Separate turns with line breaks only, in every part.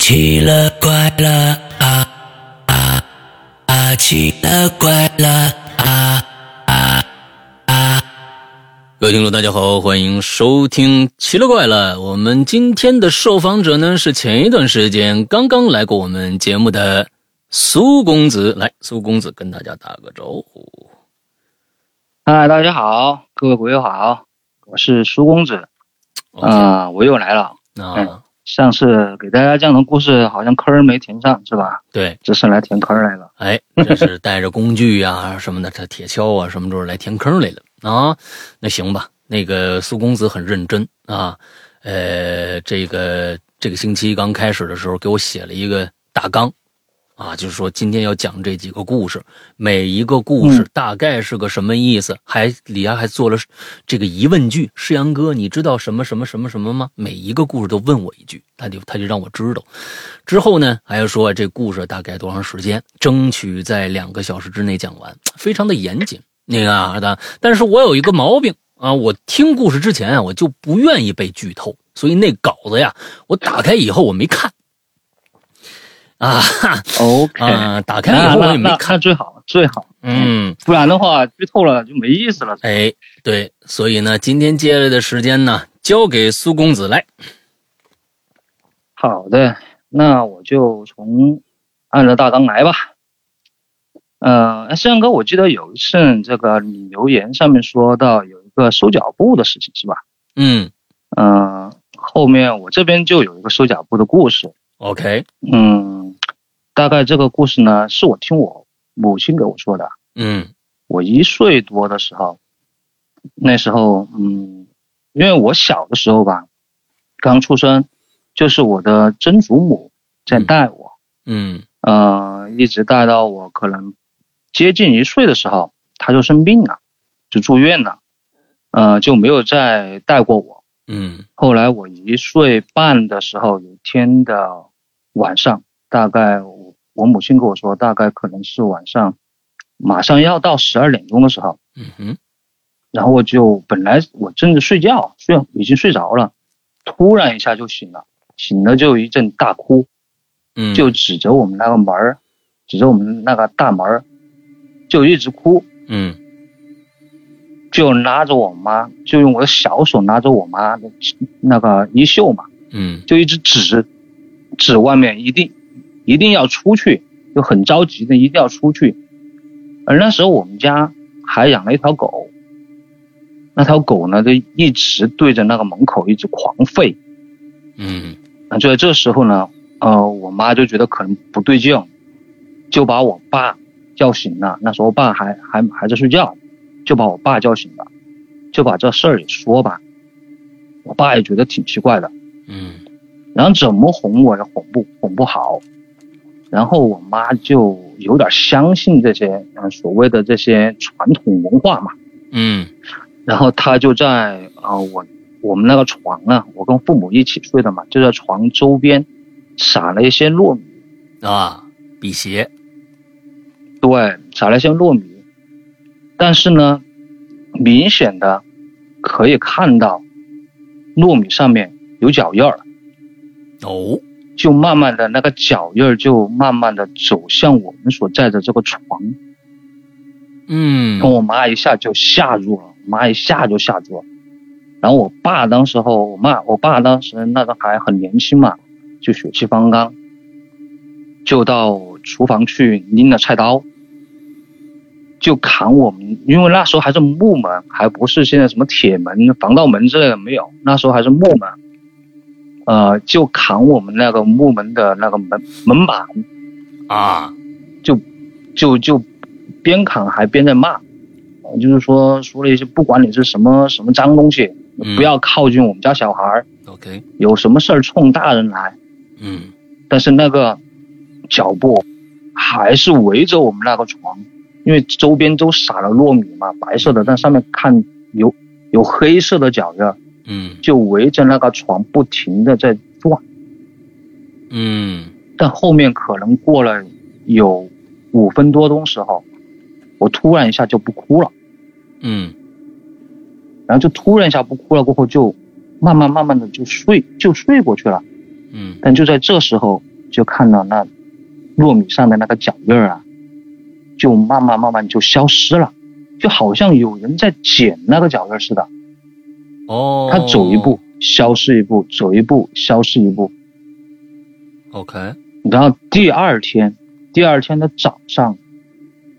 奇了怪了啊啊啊！奇了怪了啊啊啊！
各位听众，大家好，欢迎收听《奇了怪了》。我们今天的受访者呢，是前一段时间刚刚来过我们节目的苏公子。来，苏公子跟大家打个招呼。
嗨，哎大家好，各位鬼友好，我是苏公子，啊、
OK，
我又来了。
那
上次给大家讲的故事好像坑儿没填上，是吧？
对，
这次来填坑儿来了。
哎，这是带着工具呀、什么的，这铁锹啊什么都是来填坑来了啊。那行吧，那个苏公子很认真啊，呃，这个这个星期刚开始的时候给我写了一个大纲啊，就是说今天要讲这几个故事，每一个故事大概是个什么意思，还李涯还做了这个疑问句，世阳哥，你知道什么什么什么什么吗？每一个故事都问我一句，他就他就让我知道。之后呢，还要说这故事大概多长时间，争取在两个小时之内讲完，非常的严谨。那个啊，但但是我有一个毛病啊，我听故事之前啊，我就不愿意被剧透，所以那稿子呀，我打开以后我没看。啊哈
OK，、
啊！打开以
那
后我
那
也没
那
看
那，最好最好，
嗯，
不然的话剧透了就没意思了。
哎，对，所以呢，今天接下来的时间呢，交给苏公子来。
好的，那我就从按照大纲来吧。呃，哎，摄像哥，我记得有一次这个你留言上面说到有一个收脚布的事情，是吧？
嗯
嗯、后面我这边就有一个收脚布的故事。
，OK，
嗯，大概这个故事呢，是我听我母亲给我说的。
嗯
我一岁多的时候，那时候，嗯，因为我小的时候吧，刚出生，就是我的曾祖母在带我，
嗯
呃，一直带到我可能接近一岁的时候，她就生病了，就住院了，呃，就没有再带过我。
嗯
后来我一岁半的时候，有一天的晚上，大概我我母亲跟我说，大概可能是晚上，马上要到十二点钟的时候，
嗯哼，
然后我就本来我正着睡觉，睡已经睡着了，突然一下就醒了，醒了就一阵大哭，
嗯，
就指着我们那个门儿，指着我们那个大门儿，就一直哭，
嗯
就拉着我妈，就用我的小手拉着我妈的那个衣袖嘛。
嗯
就一直指，指外面一定一定要出去，就很着急的一定要出去。而那时候我们家还养了一条狗，那条狗呢就一直对着那个门口一直狂吠。
嗯
那就在这时候呢，呃，我妈就觉得可能不对劲，就把我爸叫醒了。那时候我爸还还还在睡觉，就把我爸叫醒了，就把这事儿也说吧。我爸也觉得挺奇怪的。
嗯
然后怎么哄我也哄不哄不好，然后我妈就有点相信这些呃所谓的这些传统文化嘛，
嗯
然后她就在呃我我们那个床呢，我跟父母一起睡的嘛，就在床周边撒了一些糯米，
啊，辟邪，
对，撒了一些糯米，但是呢，明显的可以看到糯米上面有脚印儿，
哦，
就慢慢的那个脚印儿就慢慢的走向我们所在的这个床，
嗯
跟我妈一下就吓住了，我妈一下就吓住了。然后我爸当时候，我妈我爸当时那个还很年轻嘛，就血气方刚，就到厨房去拎了菜刀，就砍我们，因为那时候还是木门，还不是现在什么铁门、防盗门之类的没有，那时候还是木门，呃，就砍我们那个木门的那个门门板，
啊，
就就边砍还边在骂，呃就是说说了一些不管你是什么什么脏东西，
嗯
不要靠近我们家小孩儿，
OK，
有什么事儿冲大人来。
嗯
但是那个脚步还是围着我们那个床，因为周边都撒了糯米嘛，白色的，但上面看有有黑色的脚印儿，
嗯
就围着那个床不停的在转。
嗯
但后面可能过了有五分多钟时候，我突然一下就不哭了。
嗯
然后就突然一下不哭了，过后就慢慢慢慢的就睡就睡过去了。
嗯
但就在这时候，就看到那糯米上的那个脚印儿啊，就慢慢慢慢就消失了，就好像有人在捡那个脚印儿似的。
哦，
他走一步消失一步，走一步消失一步。
，OK，
然后第二天，第二天的早上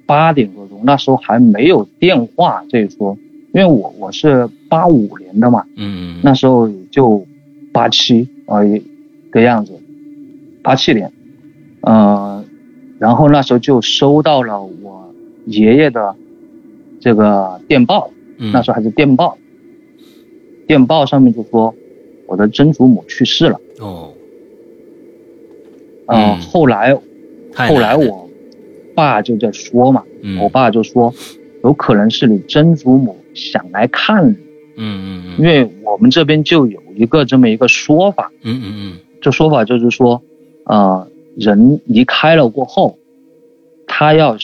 八点多钟，那时候还没有电话这一说，因为我我是八五年的嘛，
嗯，
那时候也就八七啊的样子，八七年，呃，然后那时候就收到了我爷爷的这个电报，
嗯
那时候还是电报，电报上面就说我的曾祖母去世了，
哦，
呃，
嗯
后来
太
后
难
来
了，
我爸就在说嘛，
嗯
我爸就说有可能是你曾祖母想来看你，
嗯嗯
因
嗯
为我们这边就有一个这么一个说法。
嗯嗯
这说法就是说，呃，人离开了过后，他要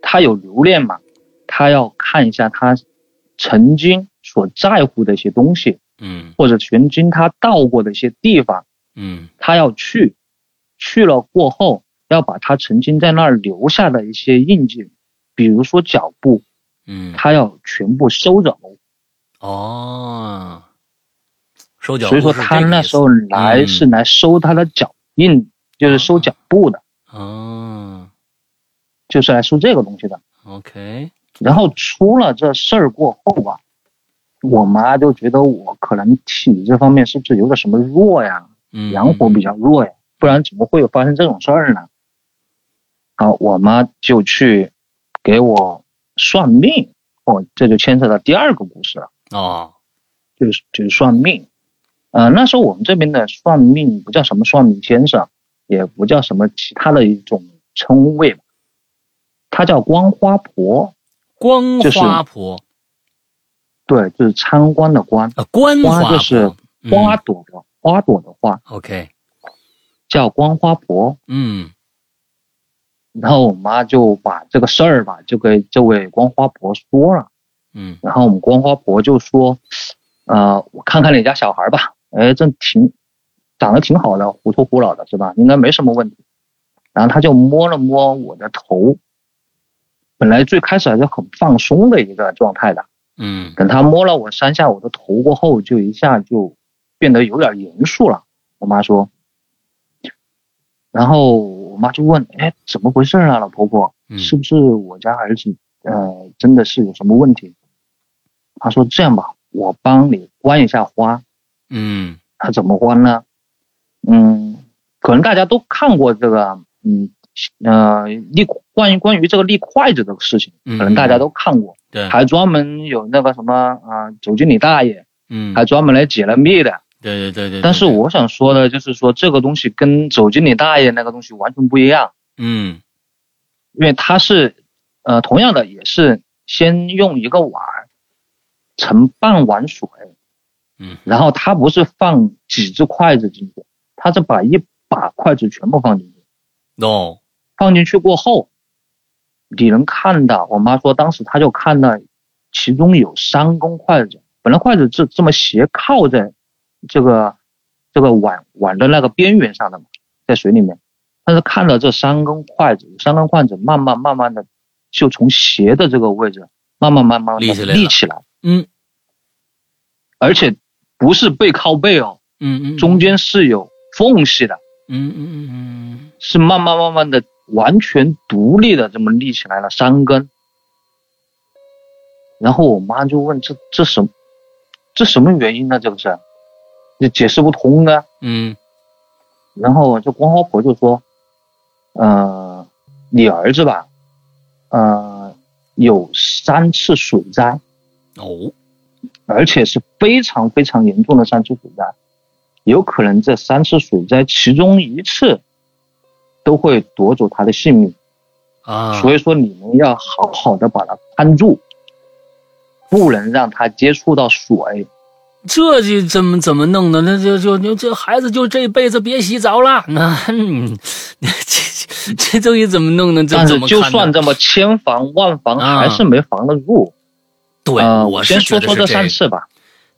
他有留恋嘛，他要看一下他曾经所在乎的一些东西，
嗯
或者曾经他到过的一些地方，
嗯
他要去，去了过后要把他曾经在那儿留下的一些印记，比如说脚步，
嗯嗯，
他要全部收走。
哦，收脚
所以
步
说
是
他
这个
那
意
时
思
候来
嗯啊
是来收他的脚印，就是收脚步的，
哦
就是来收这个东西的。
，OK，
然后出了这事儿过后吧，我妈就觉得我可能体这方面是不是有点什么弱呀，
嗯，
阳火比较弱呀，不然怎么会有发生这种事儿呢？啊，我妈就去给我算命，哦，这就牵扯到第二个故事了，
哦，
就是就是算命。呃，那时候我们这边的算命不叫什么算命先生，也不叫什么其他的一种称谓吧，他叫光花婆，
光
就是
花婆
对，就是参观的观。
啊，观
花
花
就是
婆嗯
花朵的、花朵的花
OK，
叫光花婆。
嗯
然后我妈就把这个事儿吧，就给这位光花婆说了。
嗯
然后我们光花婆就说：“呃，我看看你家小孩吧，哎，这挺长得挺好的，虎头虎脑的是吧？应该没什么问题。”然后她就摸了摸我的头，本来最开始还是很放松的一个状态的，
嗯
等她摸了我三下我的头过后，就一下就变得有点严肃了。我妈说，然后我妈就问：“哎，怎么回事啊，老婆婆？
嗯
是不是我家儿子呃真的是有什么问题？”她说：“这样吧，我帮你关一下花。
嗯”
她怎么关呢？嗯，可能大家都看过这个，嗯呃，立关于关于这个立筷子的事情，
嗯
可能大家都看过，
对，
还专门有那个什么啊、呃总经理大爷
嗯
还专门来解了密的。
对对对对，
但是
对
我想说的就是说，这个东西跟走经理大爷那个东西完全不一样，
嗯
因为它是，呃，同样的也是先用一个碗儿盛半碗水，
嗯
然后它不是放几只筷子进去，它是把一把筷子全部放进去，
no
放进去过后，你能看到，我妈说当时她就看到其中有三根筷子，本来筷子是这么斜靠在这个这个碗碗的那个边缘上的嘛，在水里面，但是看到这三根筷子，三根筷子慢慢慢慢的就从斜的这个位置慢慢慢慢地
立起来了
立起来，
嗯
而且不是背靠背哦，
嗯嗯
中间是有缝隙的，
嗯嗯嗯
是慢慢慢慢的完全独立的这么立起来了三根。然后我妈就问这这什么这什么原因呢？这个是，这解释不通啊。
嗯
然后这光花婆就说，呃，你儿子吧，呃，有三次水灾，
嗯哦
而且是非常非常严重的三次水灾，有可能这三次水灾其中一次都会夺走他的性命。
啊，
所
以
以说你们要好好的把它看住，不能让它接触到水。
这就怎么怎么弄的？那就就就这孩子就这辈子别洗澡了。 那嗯这这东西怎么弄呢？这
但
怎
是
么
就
看呢
算这么千防万防，
啊
还是没防得住。
对，
呃
我是
先
觉
说
得
说
是
这
这样
三次吧。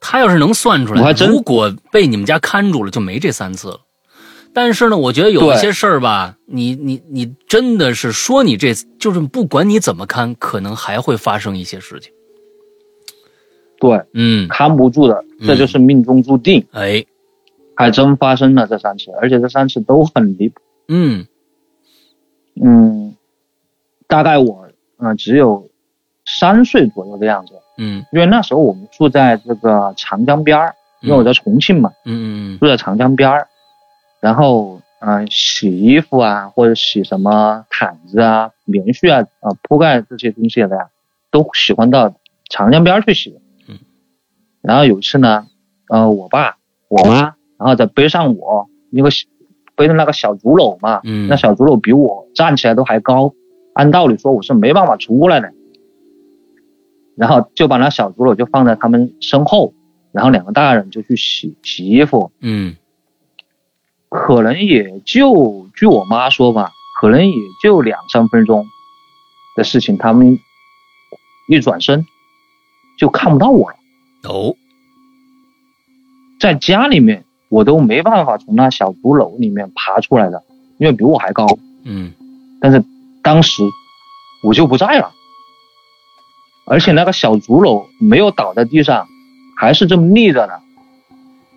他要是能算出
我
来，
还真
如果被你们家看住了，就没这三次了。但是呢，我觉得有
对
一些事儿吧，你你你真的是说你这就是不管你怎么看，可能还会发生一些事情。
对，
嗯，
看不住的，这就是命中注定，
哎，
还真发生了这三次，而且这三次都很离谱。
嗯
嗯，大概我嗯、呃只有三岁左右的样子，
嗯
因为那时候我们住在这个长江边儿，因为我在重庆嘛，
嗯嗯
住在长江边儿，然后嗯、呃洗衣服啊，或者洗什么毯子啊、棉絮啊、呃铺盖这些东西的呀，都喜欢到长江边儿去洗
嗯。
然后有一次呢，呃，我爸、我妈，然后再背上我一个小背着那个小竹篓嘛，
嗯，
那小竹篓比我站起来都还高，按道理说我是没办法出来的。然后就把那小竹篓就放在他们身后，然后两个大人就去洗洗衣服，
嗯
可能也就据我妈说吧，可能也就两三分钟的事情，他们一转身就看不到我了。
哦，
在家里面，我都没办法从那小竹篓里面爬出来的，因为比我还高。
嗯
但是当时我就不在了，而且那个小竹篓没有倒在地上，还是这么立着呢。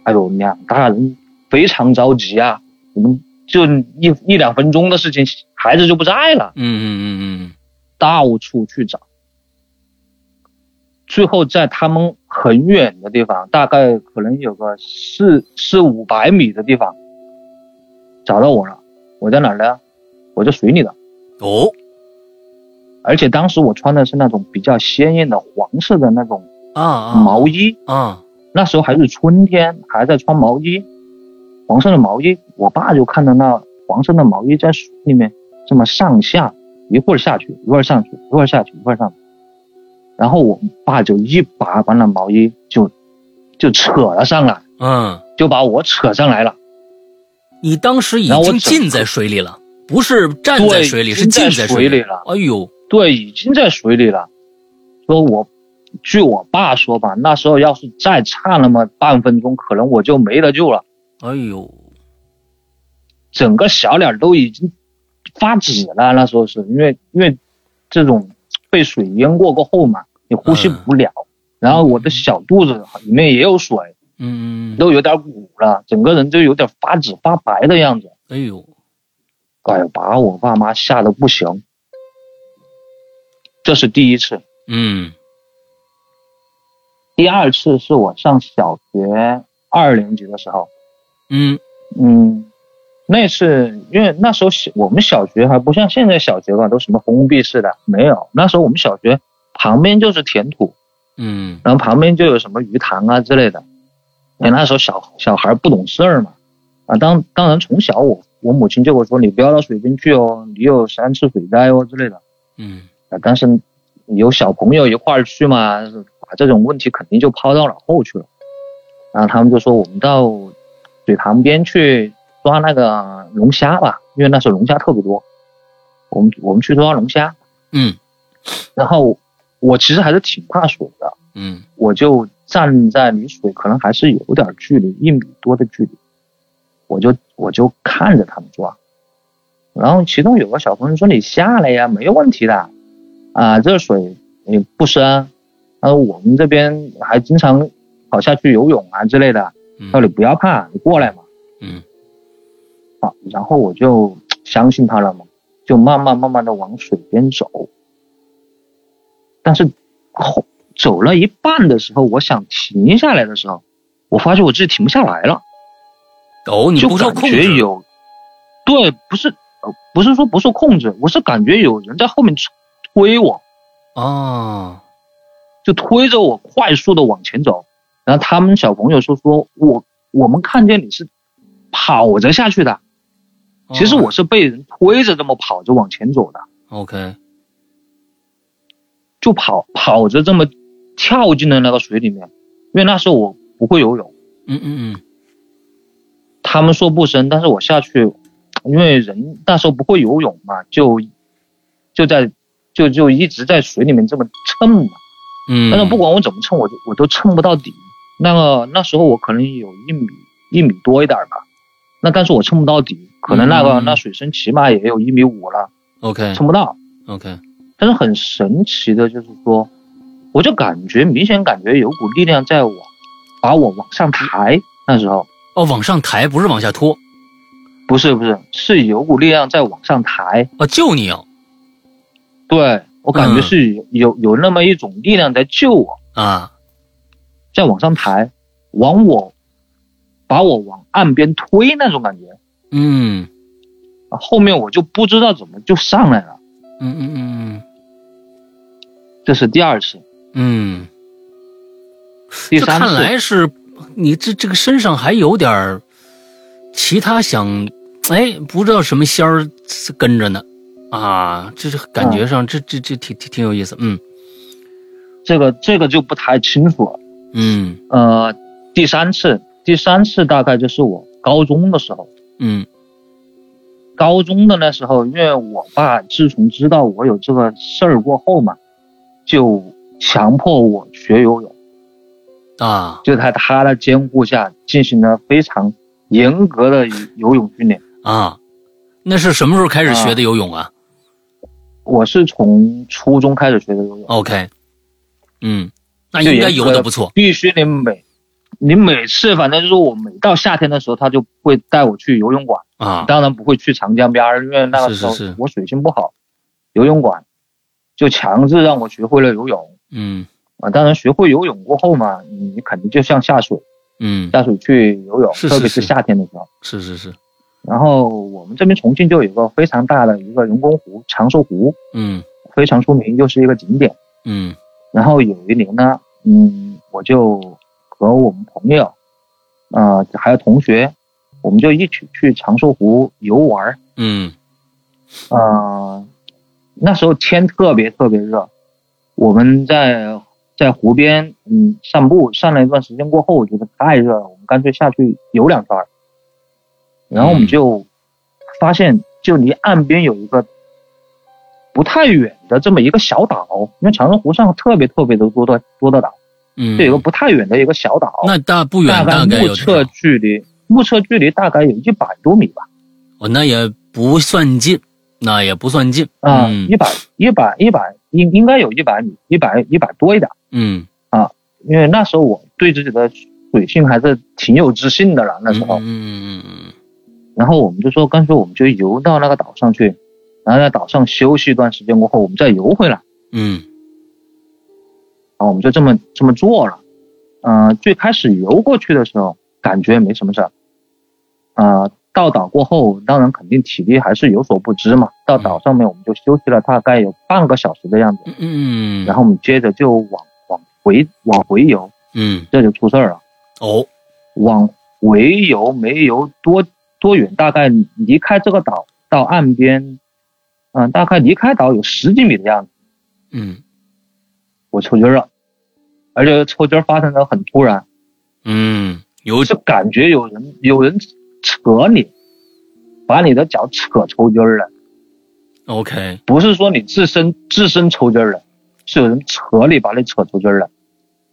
哎呦，两大人非常着急啊！我们就一一两分钟的事情，孩子就不在了，
嗯嗯嗯
到处去找。最后在他们很远的地方，大概可能有个四四五百米的地方，找到我了。我在哪儿呢？我在水里的。
嗯，哦
而且当时我穿的是那种比较鲜艳的黄色的那种
啊啊
毛衣，
啊，
那时候还是春天，还在穿毛衣，黄色的毛衣。我爸就看到那黄色的毛衣在水里面这么上下，一会儿下去，一会儿上去，一会儿下去，一会儿上去。然后我爸就一把把那毛衣就就扯了上来，
嗯，
就把我扯上来了。
你当时已
然后我
经
整
浸在水里了，不是站在
对
水里，
已
是
经
浸在
在水
里
里了
哎呦，
对，已经在水里了。说我，据我爸说吧，那时候要是再差那么半分钟，可能我就没得救了。
哎呦，
整个小脸都已经发紫了，那时候是因为因为这种被水淹过过后嘛，你呼吸不了，然后我的小肚子里面也有水，
嗯嗯，嗯
都有点鼓了，整个人都有点发紫发白的样子。
哎呦，
哎呀，把我爸妈吓得不行。这是第一次，
嗯
第二次是我上小学二年级的时候，
嗯
嗯，那次因为那时候小我们小学还不像现在小学吧，都什么封闭式的，没有。那时候我们小学旁边就是田土，
嗯
然后旁边就有什么鱼塘啊之类的。因为那时候小小孩不懂事儿嘛，啊，当当然从小我我母亲就会说你不要到水边去哦，你有三次水灾哦之类的。
嗯
啊，但是有小朋友一块儿去嘛，把这种问题肯定就抛到脑后去了。然后他们就说我们到水塘边去抓那个龙虾吧，因为那时候龙虾特别多。我们我们去抓龙虾，
嗯
然后我其实还是挺怕水的，
嗯
我就站在离水可能还是有点距离，一米多的距离，我就我就看着他们抓。然后其中有个小朋友说：“你下来呀，没有问题的，啊，这水也不深，啊，我们这边还经常跑下去游泳啊之类的，
嗯
那你不要怕，你过来嘛。”
嗯
啊，然后我就相信他了嘛，就慢慢慢慢的往水边走。但是后走了一半的时候，我想停下来的时候，我发现我自己停不下来了，
哦，你
就
不受
感
控
觉
制，
有，对，不是，呃不是说不受控制，我是感觉有人在后面推推我，
哦，
就推着我快速的往前走。然后他们小朋友说说，我我们看见你是跑着下去的，
哦
其实我是被人推着这么跑着往前走的。
OK，
就跑跑着这么跳进了那个水里面，因为那时候我不会游泳，
嗯嗯嗯
他们说不深，但是我下去，因为人那时候不会游泳嘛，就就在就就一直在水里面这么蹭嘛，
嗯，
但是不管我怎么蹭，我就我都蹭不到底。那个那时候我可能有一米一米多一点吧，那但是我蹭不到底，可能那个、
嗯
那水深起码也有一米五了，
，OK
蹭不到。
OK，
但是很神奇的就是说，我就感觉明显感觉有股力量在我把我往上抬，那时候
哦，往上抬不是往下拖
不是不是是有股力量在往上抬，
啊，救你哦
对我感觉
嗯
是有、有有那么一种力量在救我，
啊，
在往上抬，往我把我往岸边推那种感觉。
嗯
后面我就不知道怎么就上来了，
嗯嗯嗯
这是第二次，
嗯，
第
这
三
看
次
来是你这这个身上还有点儿其他想，哎，不知道什么仙儿跟着呢啊，这是感觉上、这这这挺挺挺有意思，嗯
这个这个就不太清楚了。
嗯
呃，第三次，第三次大概就是我高中的时候，
嗯
高中的那时候，因为我爸自从知道我有这个事儿过后嘛，就强迫我学游泳，
啊
就在他的监护下进行了非常严格的游泳训练。
啊，那是什么时候开始学的游泳啊
我是从初中开始学的游泳。
？OK，嗯，那
就
应该
严
游
格
的不错，
必须你每你每次反正就是我每到夏天的时候，他就会带我去游泳馆，
啊，
当然不会去长江边儿，因为那个时候
是是是
我水性不好，游泳馆就强制让我学会了游泳
嗯
啊。当然学会游泳过后嘛，你肯定就像下水
嗯，
下水去游泳，
是
特别
是
是
是
夏天的时候。
是是是，
然后我们这边重庆就有一个非常大的一个人工湖，长寿湖
嗯
非常出名，又是一个景点。
嗯
然后有一年呢，嗯，我就和我们朋友，呃，还有同学，我们就一起去长寿湖游玩儿。
嗯
呃，那时候天特别特别热，我们在在湖边，嗯，散步散了一段时间过后，我觉得太热了，我们干脆下去游两圈儿。然
嗯
后我们就发现，就离岸边有一个不太远的这么一个小岛，因为长寿湖上特别特别的多的多的岛，
嗯，
就有一个不太远的一个小岛，
那大不远，
大概
概有
目
多
测
少？
距离目测距离大概有一百多米吧，
哦，那也不算近，那也不算近。
啊、
嗯
一百一百一百应应该有一百米，一百一百多一点，
嗯，
因为那时候我对自己的水性还是挺有自信的了，那时候。
嗯嗯嗯
然后我们就说，干脆我们就游到那个岛上去，然后在岛上休息一段时间过后，我们再游回来。
嗯
啊，我们就这么这么做了。呃，最开始游过去的时候，感觉没什么事儿。呃，到岛过后，当然肯定体力还是有所不支嘛。到岛上面，我们就休息了大概有半个小时的样子，
嗯嗯，
然
后
后我们接着就往往回往回游，
嗯
这就出事儿了。
哦
往回游没游多多远，大概离开这个岛到岸边，嗯、大概离开岛有十几米的样子，
嗯
我抽筋儿了，而且抽筋儿发生的很突然，
嗯，有
就感觉有人有人扯你，把你的脚扯抽筋儿了，
OK
不是说你自身自身抽筋儿了，是有人扯你把你扯抽筋儿了。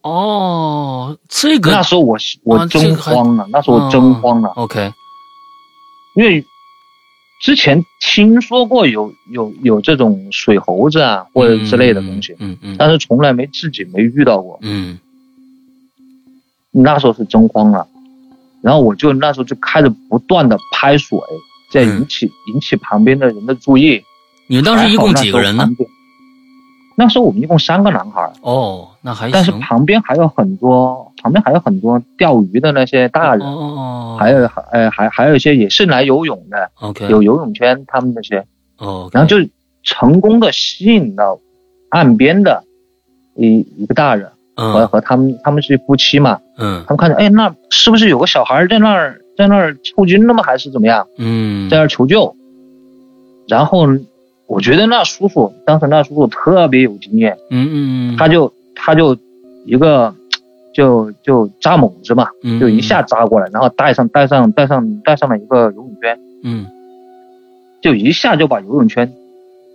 哦，这
那
个
时候我我
啊这
真
个还啊
慌了，那时候我真慌了。
OK
因为之前听说过有有有这种水猴子啊或者之类的东西，
嗯嗯
但是从来没自己没遇到过，
嗯
那时候是真慌了。然后我就那时候就开始不断的拍水，在
嗯
引起、引起旁边的人的注意。
你当时一共几个人呢
还好？那时候旁边？那时候我们一共三个男孩，
哦，那还
但是
行。
旁边还有很多旁边还有很多钓鱼的那些大
哦
人，
哦哦，
还有还呃还还有一些也是来游泳的，
OK
有游泳圈他们那些。
哦，
然后就成功的吸引到岸边的一一个大人和
嗯
和他们，他们是夫妻嘛，
嗯
他们看见哎，那是不是有个小孩在那儿在那儿抽筋了吗？还是怎么样，
嗯
在那儿求救？然后我觉得那叔叔当时那叔叔特别有经验，
嗯嗯，
他就他就一个就就扎猛子嘛，
嗯
就一下扎过来，然后带上带上带上带上了一个游泳圈，
嗯
就一下就把游泳圈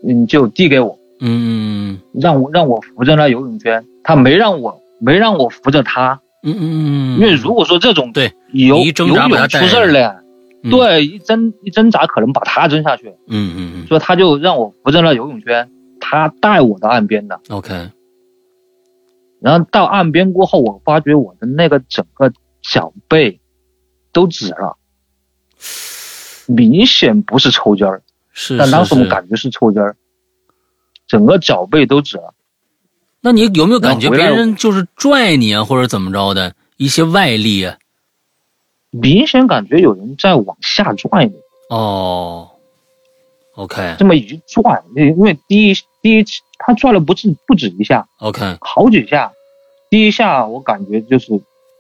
嗯就递给我。
嗯
让我让我扶着那游泳圈，他没让我没让我扶着他，
嗯嗯嗯，
因为如果说这种
对
游
你一
游
挣扎把他
泳
带
出事儿了，
嗯
对，一挣一挣扎可能把他挣下去，
嗯嗯
所以他就让我扶着那游泳圈，他带我到岸边的。
嗯，OK，
然后到岸边过后，我发觉我的那个整个脚背都紫了，明显不是抽筋儿，
是。
但当时
是
我们
是
感觉是抽筋儿，整个脚背都紫了。
那你有没有感觉
然后回
别
来我
人就是拽你啊，或者怎么着的一些外力啊？
明显感觉有人在往下拽你，
哦，OK
这么一拽，因为第一第一他拽了不是不止一下，
OK，嗯
好几下，第一下我感觉就是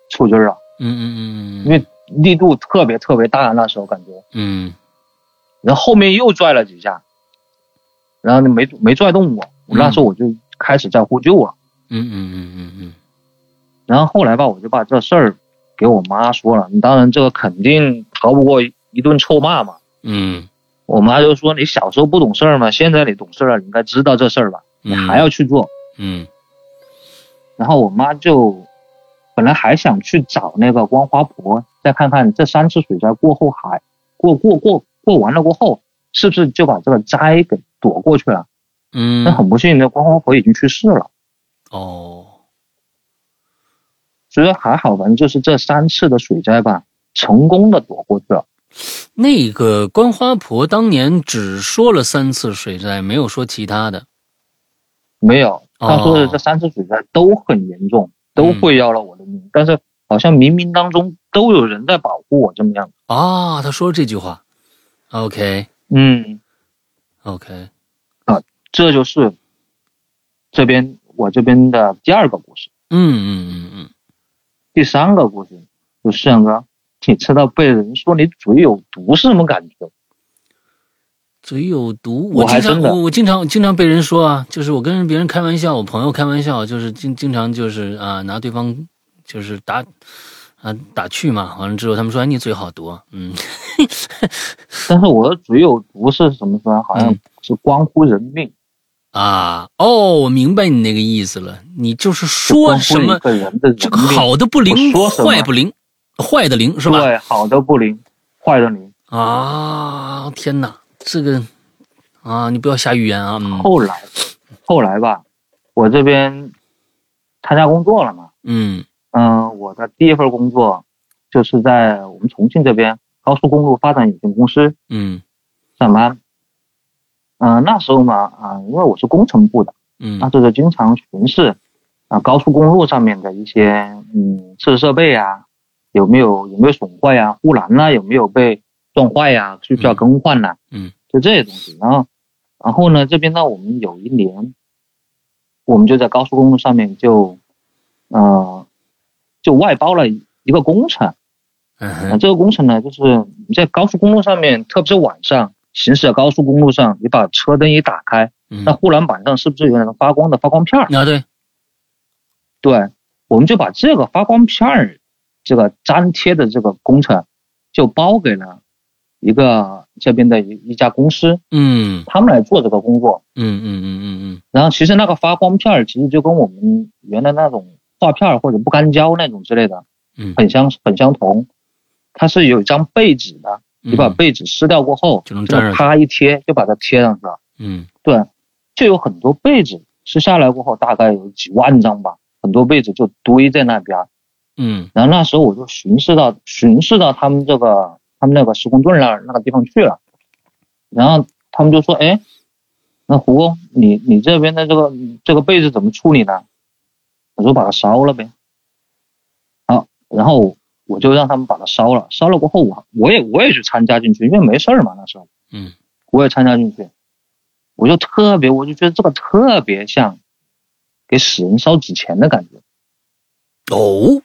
抽筋儿了，
嗯嗯嗯
因为力度特别特别大，那时候感觉，
嗯
然后后面又拽了几下，然后就没没拽动我，我那时候我就开始在呼救了。
嗯嗯嗯嗯嗯
然后后来吧，我就把这事儿给我妈说了。当然，这个肯定逃不过一顿臭骂嘛。
嗯
我妈就说：“你小时候不懂事儿嘛，现在你懂事儿了，你应该知道这事儿吧？你
嗯，
还要去做。
嗯
然后我妈就本来还想去找那个光华婆，再看看这三次水灾过后还过过过过完了过后，是不是就把这个灾给躲过去了。
嗯
但很不幸，那光花婆已经去世了，
哦
所以还好，反正就是这三次的水灾吧，成功的躲过去了。
那个观花婆当年只说了三次水灾，没有说其他的。
没有，
哦嗯
他说的这三次水灾都很严重，都会要了我的命，但是好像冥冥当中都有人在保护我这么样。
啊，他说这句话。OK
嗯，
OK，
这就是这边我这边的第二个故事，
嗯嗯嗯嗯，
第三个故事就是亮哥，你知道被人说你嘴有毒是什么感觉？
嘴有毒。
我
经
还
常
真的
我我经常经常被人说啊，就是我跟别人开玩笑，我朋友开玩笑，就是经经常就是啊拿对方就是打啊打趣嘛，完了之后他们说哎你嘴好毒啊，嗯
但是我的嘴有毒是什么说？好像
嗯
是关乎人命，
啊哦，我明白你那个意思了，你就是
是关
说
乎
什
一
么
个人的人
这个
命。
好的不灵，
我说什么
坏不灵，坏的灵是吧？
对，好的不灵，坏的灵。
啊，天哪，这个啊，你不要瞎预言啊！嗯
后来，后来吧，我这边参加工作了嘛，
嗯
嗯、我的第一份工作就是在我们重庆这边高速公路发展有限公司
嗯
上班。嗯、那时候嘛，啊、因为我是工程部的，那
嗯
时候就经常巡视啊、高速公路上面的一些嗯设施设备啊，有没有有没有损坏呀、护栏呐、有没有被撞坏呀、需不需要更换呐、
嗯嗯
就这些东西。然后，然后呢，这边呢，我们有一年，我们就在高速公路上面就，呃，就外包了一个工程。
嗯
啊，
哼
这个工程呢，就是你在高速公路上面，特别是晚上行驶在高速公路上，你把车灯一打开，
嗯
那，护栏板上是不是有那种发光的发光片儿？
啊对，
对，我们就把这个发光片儿这个粘贴的这个工程，就包给了一个这边的一一家公司，
嗯
他们来做这个工作。
嗯嗯嗯嗯
然后其实那个发光片儿其实就跟我们原来那种画片儿或者不干胶那种之类的
嗯嗯
很相很相同，它是有一张被纸的，
嗯，
你把被纸撕掉过后，
就能
这
粘上
么
去
啪一贴就把它贴上去了。
嗯
对，就有很多被子撕下来过后，大概有几万张吧，很多被子就堆在那边。
嗯
然后那时候我就巡视到巡视到他们这个他们那个施工队那儿那个地方去了，然后他们就说：“哎，那胡工，你你这边的这个这个被子怎么处理呢？”我说：“把它烧了呗。”好，然后我就让他们把它烧了。烧了过后我，我也我也去参加进去，因为没事儿嘛那时候。
嗯，
我也参加进去，我就特别，我就觉得这个特别像给死人烧纸钱的感觉。
哦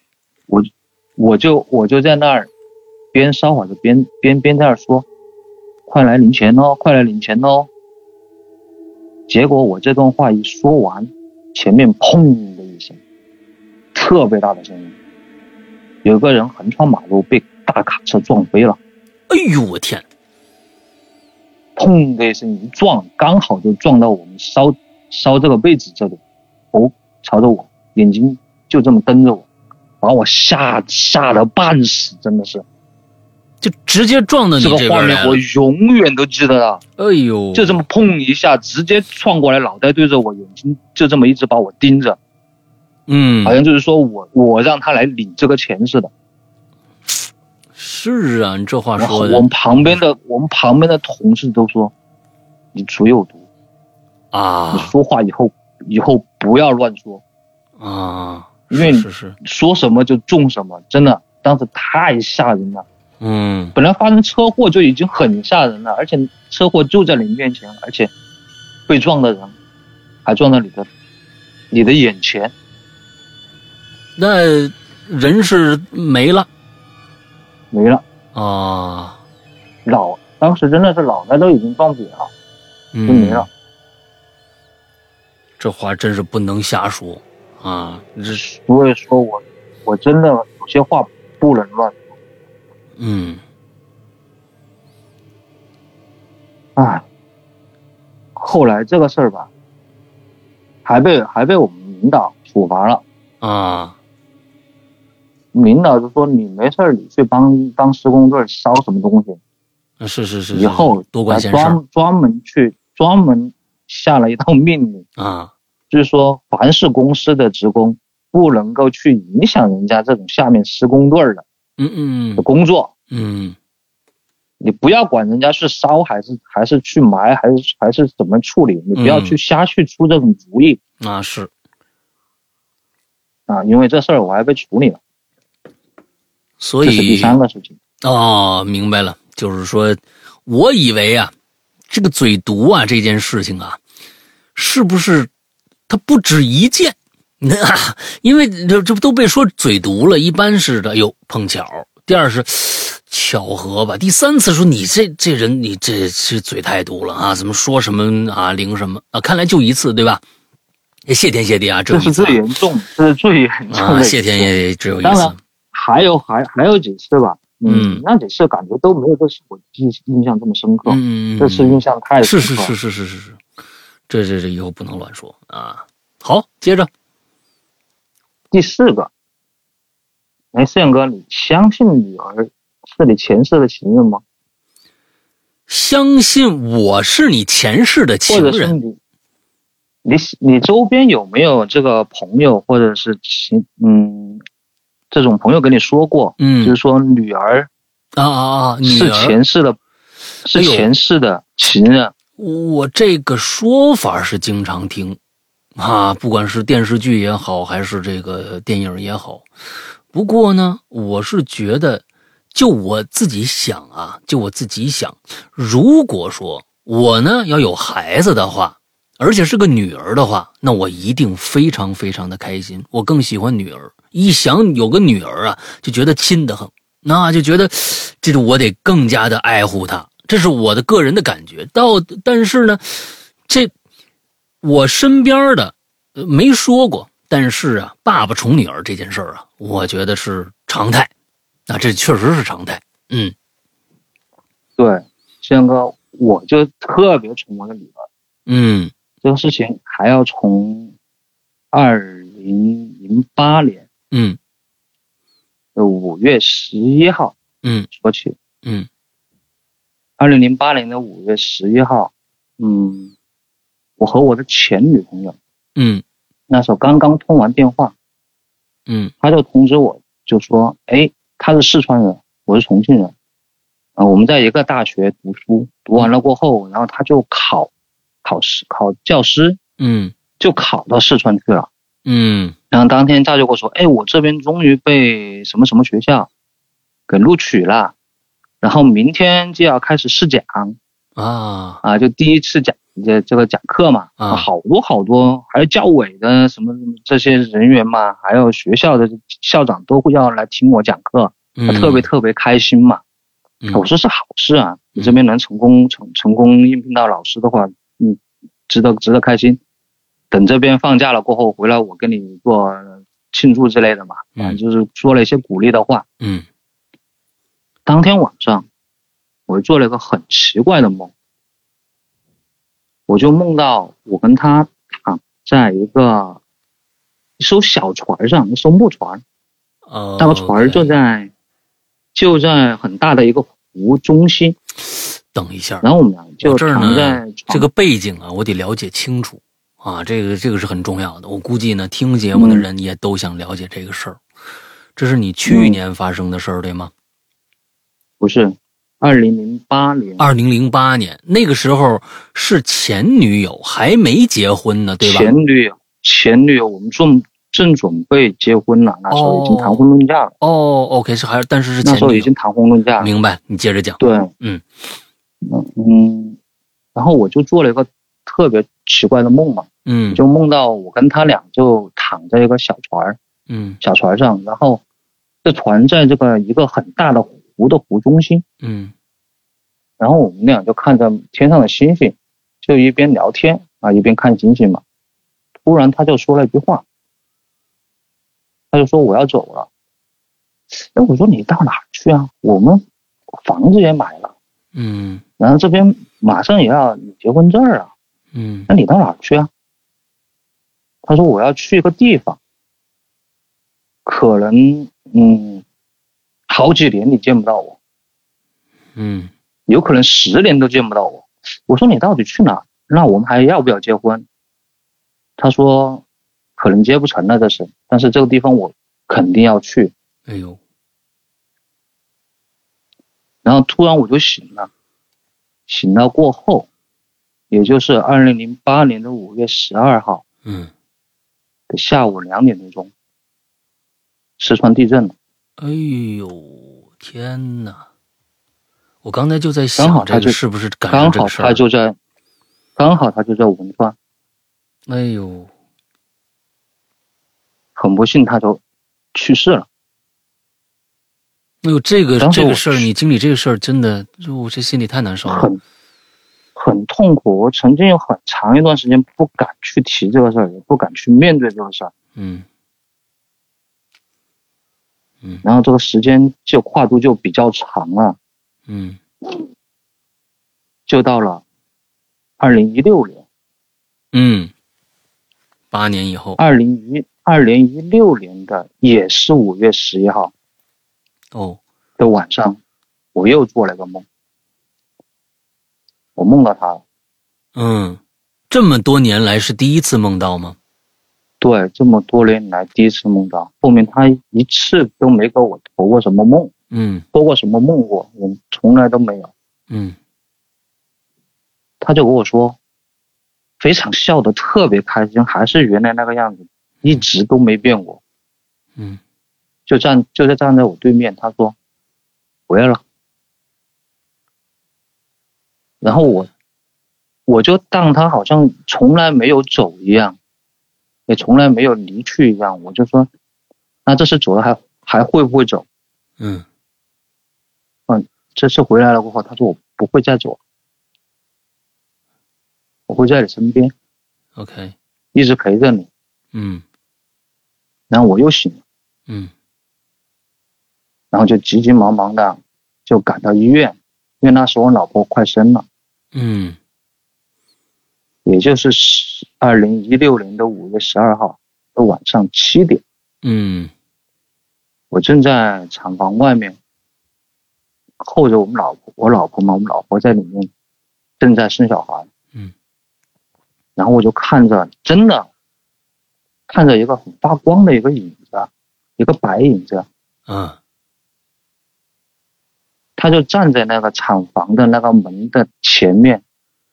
我就我就在那儿边烧火就边边边在那儿说，快来领钱哦，快来领钱哦。结果我这段话一说完，前面砰的一声，特别大的声音，有个人横穿马路被大卡车撞飞了，
哎呦我天，
砰的一声一撞，刚好就撞到我们烧烧这个被子这里，头朝着我，眼睛就这么瞪着我，把我吓吓得半死，真的是。
就直接撞到你
这个
边
画
来
面
了
我。永远都记得的，
哎呦，
就这么砰一下，直接撞过来，脑袋对着我，眼睛就这么一直把我盯着，
嗯
好，像就是说我我让他来领这个钱似的。
是啊，你这话
然后
说
我
的
们旁边的我们旁边的同事都说，你嘴有毒，你
啊
说话以后以后不要乱说，
啊，
因为你
是是，
说什么就中什么，真的，当时太吓人了。
嗯
本来发生车祸就已经很吓人了，而且车祸就在你面前，而且被撞的人还撞到你的你的眼前，
那人是没了
没了
啊，
脑，当时真的是脑袋都已经撞瘪了，
嗯
就没了。
这话真是不能瞎说啊！这
所以说我我真的有些话不能乱说
嗯，
唉，后来这个事儿吧，还被还被我们领导处罚了。
啊，
领导就说你没事儿，你去帮帮施工队烧什么东西，
是是是，
以后
是多管闲
他
事儿
专专门去专门下了一道命令，
啊
就是说凡是公司的职工不能够去影响人家这种下面施工队儿的
嗯嗯
的工作，
嗯
你不要管人家是烧还是还是去埋还是还是怎么处理，你不要
嗯
去瞎去出这种主意、
那是
啊，因为这事儿我还被处理了，
所
这是第
以
三个事情。
哦，明白了，就是说，我以为啊，这个嘴毒啊这件事情啊，是不是它不止一件？ 那、因为这这不都被说嘴毒了，一般是的，哟碰巧。第二是巧合吧，第三次说你这这人你这是嘴太毒了啊，怎么说什么啊灵什么啊？看来就一次对吧？也谢天谢地啊，只有
这
一
是
次
最严重，这是最严重的一
啊，
次。
谢天谢地只有一
当
次
然。哦还有还还有几次吧，
嗯
那几次感觉都没有这次我印印象这么深刻，
嗯，嗯嗯
这次印象太
是是
深刻了
是是是是是，这这这以后不能乱说啊。好，接着，
第四个，哎，摄影哥，你相信女儿是你前世的情人吗？
相信我是你前世的
或
情
者是
人。
你，你你周边有没有这个朋友或者是情嗯这种朋友跟你说过，就是
嗯
说女儿
啊啊啊，女
是
儿，
前世的，
哎
是
呦
前世的情人，
我这个说法是经常听啊，不管是电视剧也好，还是这个电影也好。不过呢，我是觉得，就我自己想啊，就我自己想，如果说我呢要有孩子的话，而且是个女儿的话，那我一定非常非常的开心。我更喜欢女儿，一想有个女儿啊，就觉得亲得很，那就觉得这种我得更加的爱护她，这是我的个人的感觉。到但是呢，这我身边的呃没说过，但是啊，爸爸宠女儿这件事儿啊，我觉得是常态，啊，这确实是常态。嗯
对，摄影哥，我就特别宠我的女儿。
嗯
这个事情还要从二零零八年
嗯
的五月十一号
嗯
说起。
嗯
二零零八年的五月十一号，嗯，我和我的前女朋友
嗯
那时候刚刚通完电话，
嗯
她就通知我，就说：“哎，她是四川人，我是重庆人，啊、我们在一个大学读书，读完了过后，然后她就考，考试考教师，
嗯
就考到四川去了。”
嗯
然后当天他就跟我说：“哎，我这边终于被什么什么学校给录取了，然后明天就要开始试讲
啊
啊，就第一次讲这这个讲课嘛，
啊
好多好多，还有教委的什么什么这些人员嘛，还有学校的校长都会要来听我讲课，
嗯，
特别特别开心嘛。
嗯
我说是好事啊，你这边能成功成成功应聘到老师的话，嗯，值得值得开心。等这边放假了过后回来，我跟你做庆祝之类的嘛，
嗯
反正就是说了一些鼓励的话。
嗯
当天晚上，我做了一个很奇怪的梦，我就梦到我跟他躺在一个一艘小船上，一艘木船，
哦
那个船就在就在很大的一个湖中心，
等一下，
然后我们俩就
哦这儿
躺
呢
在，
这
床
个背景啊，我得了解清楚啊，这个这个是很重要的。我估计呢，听节目
嗯
的人也都想了解这个事儿。这是你
嗯
去年发生的事儿，对吗？
不是二零零八年
二零零八年那个时候是前女友还没结婚呢，对吧？
前女友前女友，我们正正准备结婚了，那时候已经谈婚论嫁了，
哦，OK，是还但是是
那时
前
候
女
已
友
经，谈婚论嫁了，
明白？你接着讲。
对，
嗯
嗯，然后我就做了一个特别奇怪的梦嘛，
嗯
就梦到我跟他俩就躺在一个小船儿
嗯
小船上，然后这船在这个一个很大的湖的湖中心，
嗯
然后我们俩就看着天上的星星，就一边聊天啊，一边看星星嘛。突然他就说了一句话，他就说我要走了。哎，我说你到哪儿去啊？我们房子也买了，
嗯
然后这边马上也要领结婚证啊，
嗯
那你到哪儿去啊？他说我要去一个地方，可能嗯，好几年你见不到我。
嗯
有可能十年都见不到我。我说你到底去哪儿？那我们还要不要结婚？他说，可能结不成了，这是，但是这个地方我肯定要去。
哎呦，
然后突然我就醒了，醒了过后，也就是二零零八年的五月十二号
嗯，
的下午两点多钟，四川地震了，
哎呦，天哪！我刚才就在想
刚，好他
这个
就是
不是赶上
刚
这个
好
事儿
他就在，刚好他就在汶川，
哎呦，
很不幸他就去世了。
哎呦，这个
当时
这个
我
事儿，你经历这个事儿，真的，我这心里太难受了。
很很痛苦。我曾经有很长一段时间不敢去提这个事儿，也不敢去面对这个事儿。
嗯嗯
然后这个时间就跨度就比较长了，
嗯
就到了二零一六年，
嗯，八年以后
二零一二零一六年的也是五月十一号
哦，
的晚上，我又做了一个梦，我梦到他了。
嗯，这么多年来是第一次梦到吗？
对，这么多年来第一次梦到，后面他一次都没给我投过什么梦，
嗯
做过什么梦过，我从来都没有。
嗯
他就跟我说，非常笑得特别开心，还是原来那个样子，一直都没变过。
嗯，
就站就在站在我对面，他说回来了，然后我我就当他好像从来没有走一样，也从来没有离去一样，我就说，那这次走了还还会不会走？
嗯
这次回来了过后，他说我不会再走，我会在你身边
，OK，
一直陪着你。
嗯
然后我又醒了，
嗯
然后就急急忙忙的就赶到医院，因为那时候我老婆快生了，
嗯
也就是十二零一六年的五月十二号的晚上七点，
嗯
我正在产房外面候着我们老婆，我老婆嘛，我们老婆在里面正在生小孩，
嗯，
然后我就看着真的看着一个很发光的一个影子，一个白影子，
啊
他就站在那个厂房的那个门的前面，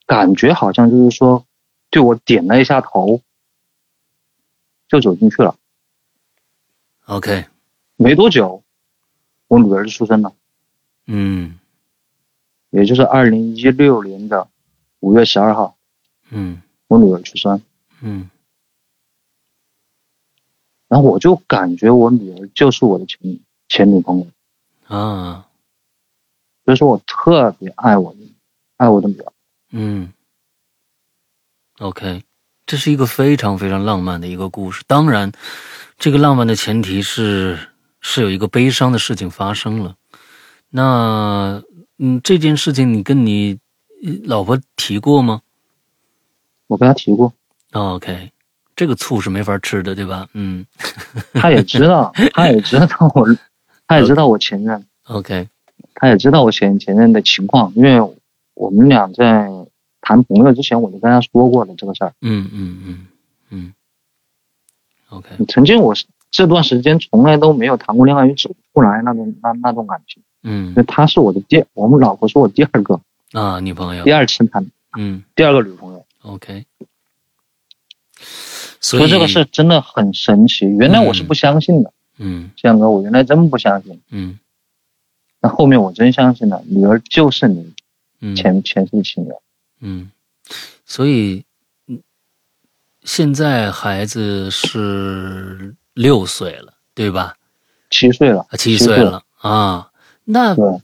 感觉好像就是说对我点了一下头，就走进去了。
，OK，
没多久，我女儿就出生了，
嗯
也就是二零一六年的五月十二号，
嗯
我女儿出生。
嗯
然后我就感觉我女儿就是我的前前女朋友，
啊
所以说我特别爱我的爱我的女儿。
嗯，OK，这是一个非常非常浪漫的一个故事。当然，这个浪漫的前提是是有一个悲伤的事情发生了。那嗯，这件事情你跟你呃老婆提过吗
我跟她提过，
哦？OK，这个醋是没法吃的，对吧？嗯
她也知道，她也知道我，她也知道我前任，
OK，
他也知道我前前任的情况，因为我们俩在谈朋友之前，我就跟他说过了这个事儿。
嗯嗯嗯嗯，OK，
曾经我是这段时间从来都没有谈过恋爱，也走不出来那种那那种感情。
嗯
因为他是我的第，我们老婆是我第二个
啊，女朋友，
第二次谈
嗯
第二个女朋友，
，OK，所
所以
以
这个事真的很神奇。原来我是不相信的，
嗯
建、哥，我原来真不相信。
嗯
但后面我真相信了，女儿就是你
嗯
前前世情人。
嗯，所以嗯现在孩子是六岁了，对吧？
七岁了
啊，，七
岁
岁了啊，那
对，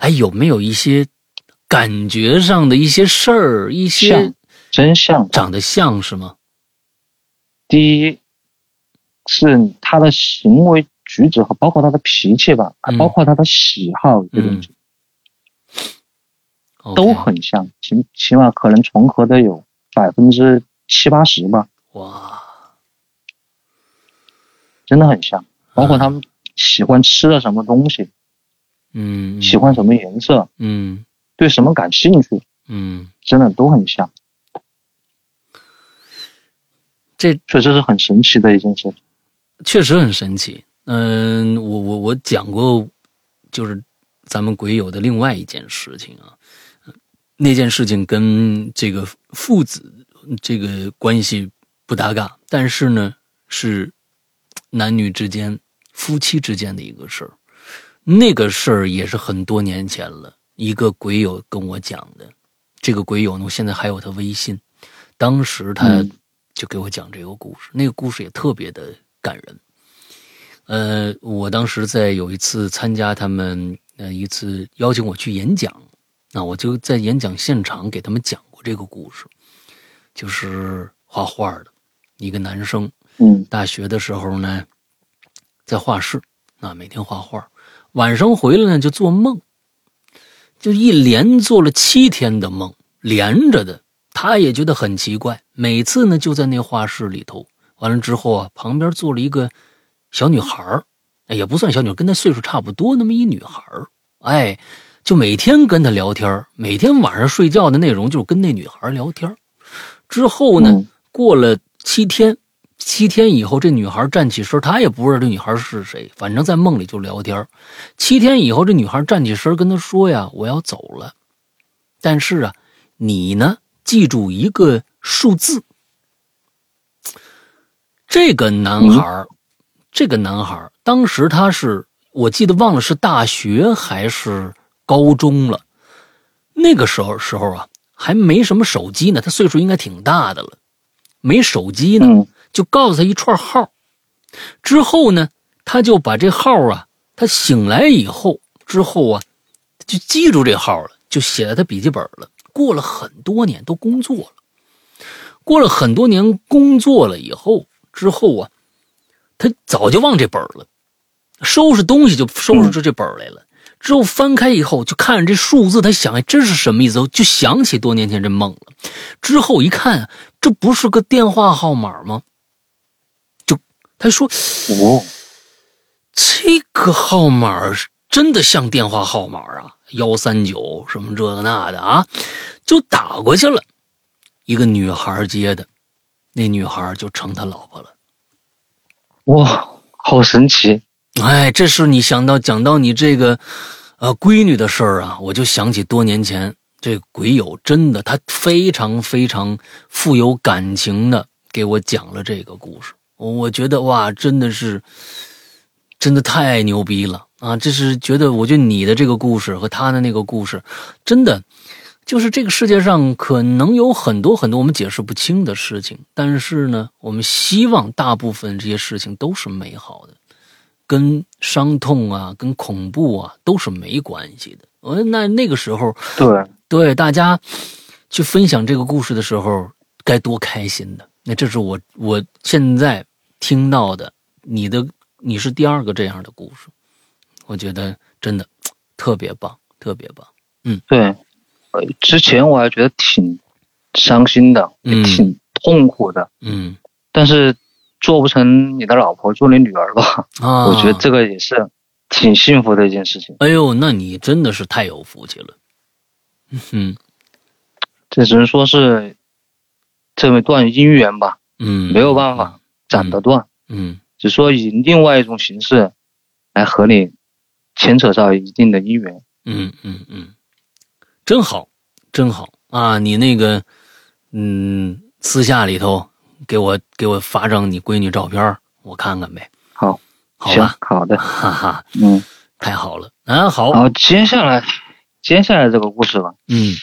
哎，有没有一些感觉上的一些事儿，一些
像真相
长得像是吗？
第一是他的行为举止和包括他的脾气吧，
嗯
包括他的喜好这种、
嗯
都
OK，
很像，起起码可能重合的有百分之七八十吧，
哇，
真的很像。包括他们喜欢吃的什么东西，
嗯，嗯
喜欢什么颜色，
嗯
对什么感兴趣，
嗯，
真的都很像。
这
所以这是很神奇的一件事。
确实很神奇。嗯，我我我讲过，就是咱们鬼友的另外一件事情啊，那件事情跟这个父子这个关系不搭嘎，但是呢是男女之间、夫妻之间的一个事儿。那个事儿也是很多年前了，一个鬼友跟我讲的。这个鬼友呢，我现在还有他微信。当时他
嗯
就给我讲这个故事，那个故事也特别的感人。呃，我当时在有一次参加他们呃一次邀请我去演讲，那我就在演讲现场给他们讲过这个故事，就是画画的一个男生，
嗯
大学的时候呢，在画室啊，每天画画，晚上回来呢就做梦，就一连做了七天的梦，连着的，他也觉得很奇怪。每次呢就在那画室里头，完了之后啊，旁边坐了一个小女孩儿哎也不算小女孩，跟她岁数差不多那么一女孩儿哎，就每天跟她聊天儿每天晚上睡觉的内容就是跟那女孩儿聊天儿之后呢，
嗯
过了七天，七天以后，这女孩站起身，她也不知道这女孩是谁，反正在梦里就聊天儿七天以后，这女孩站起身跟他说呀：“我要走了。”但是啊，你呢，记住一个数字。这个男孩儿，这个男孩儿，当时他是我记得忘了是大学还是高中了。那个时候时候啊，还没什么手机呢，他岁数应该挺大的了，没手机呢，
嗯
就告诉他一串号。之后呢，他就把这号啊，他醒来以后之后啊，就记住这号了，就写在他笔记本了。过了很多年，都工作了。过了很多年，工作了以后之后啊，他早就忘这本了，收拾东西就收拾出这本来了。之后翻开以后，就看着这数字，他想，哎，这是什么意思？就想起多年前这梦了。之后一看，啊这不是个电话号码吗？就他说，
哦，
这个号码是真的像电话号码啊，幺三九什么这个那的啊，就打过去了。一个女孩接的，那女孩就成他老婆了。
哇，好神奇！
哎，这是你想到讲到你这个，呃，闺女的事儿啊，我就想起多年前这鬼友真的他非常非常富有感情的给我讲了这个故事，我觉得哇，真的是，真的太牛逼了啊！这是觉得，我觉得你的这个故事和他的那个故事，真的就是这个世界上可能有很多很多我们解释不清的事情，但是呢，我们希望大部分这些事情都是美好的。跟伤痛啊、跟恐怖啊都是没关系的。我那那个时候，
对，
对大家去分享这个故事的时候，该多开心的！那这是我我现在听到的，你的你是第二个这样的故事，我觉得真的特别棒，特别棒。
对，呃，之前我还觉得挺伤心的，
嗯
也挺痛苦的，
嗯
但是做不成你的老婆，做你女儿吧，
啊，
我觉得这个也是挺幸福的一件事情，
哎呦，那你真的是太有福气了。嗯
这只能说是这么一段姻缘吧，
嗯，
没有办法斩得断，
嗯。
只说以另外一种形式来和你牵扯到一定的姻缘。
嗯嗯嗯，真好，真好啊！你那个，嗯，私下里头给我给我发张你闺女照片儿，我看看呗，
好，
好
行
吧？，
好的，
哈哈，
嗯，
太好了啊！好，
好，接下来接下来这个故事吧，
嗯，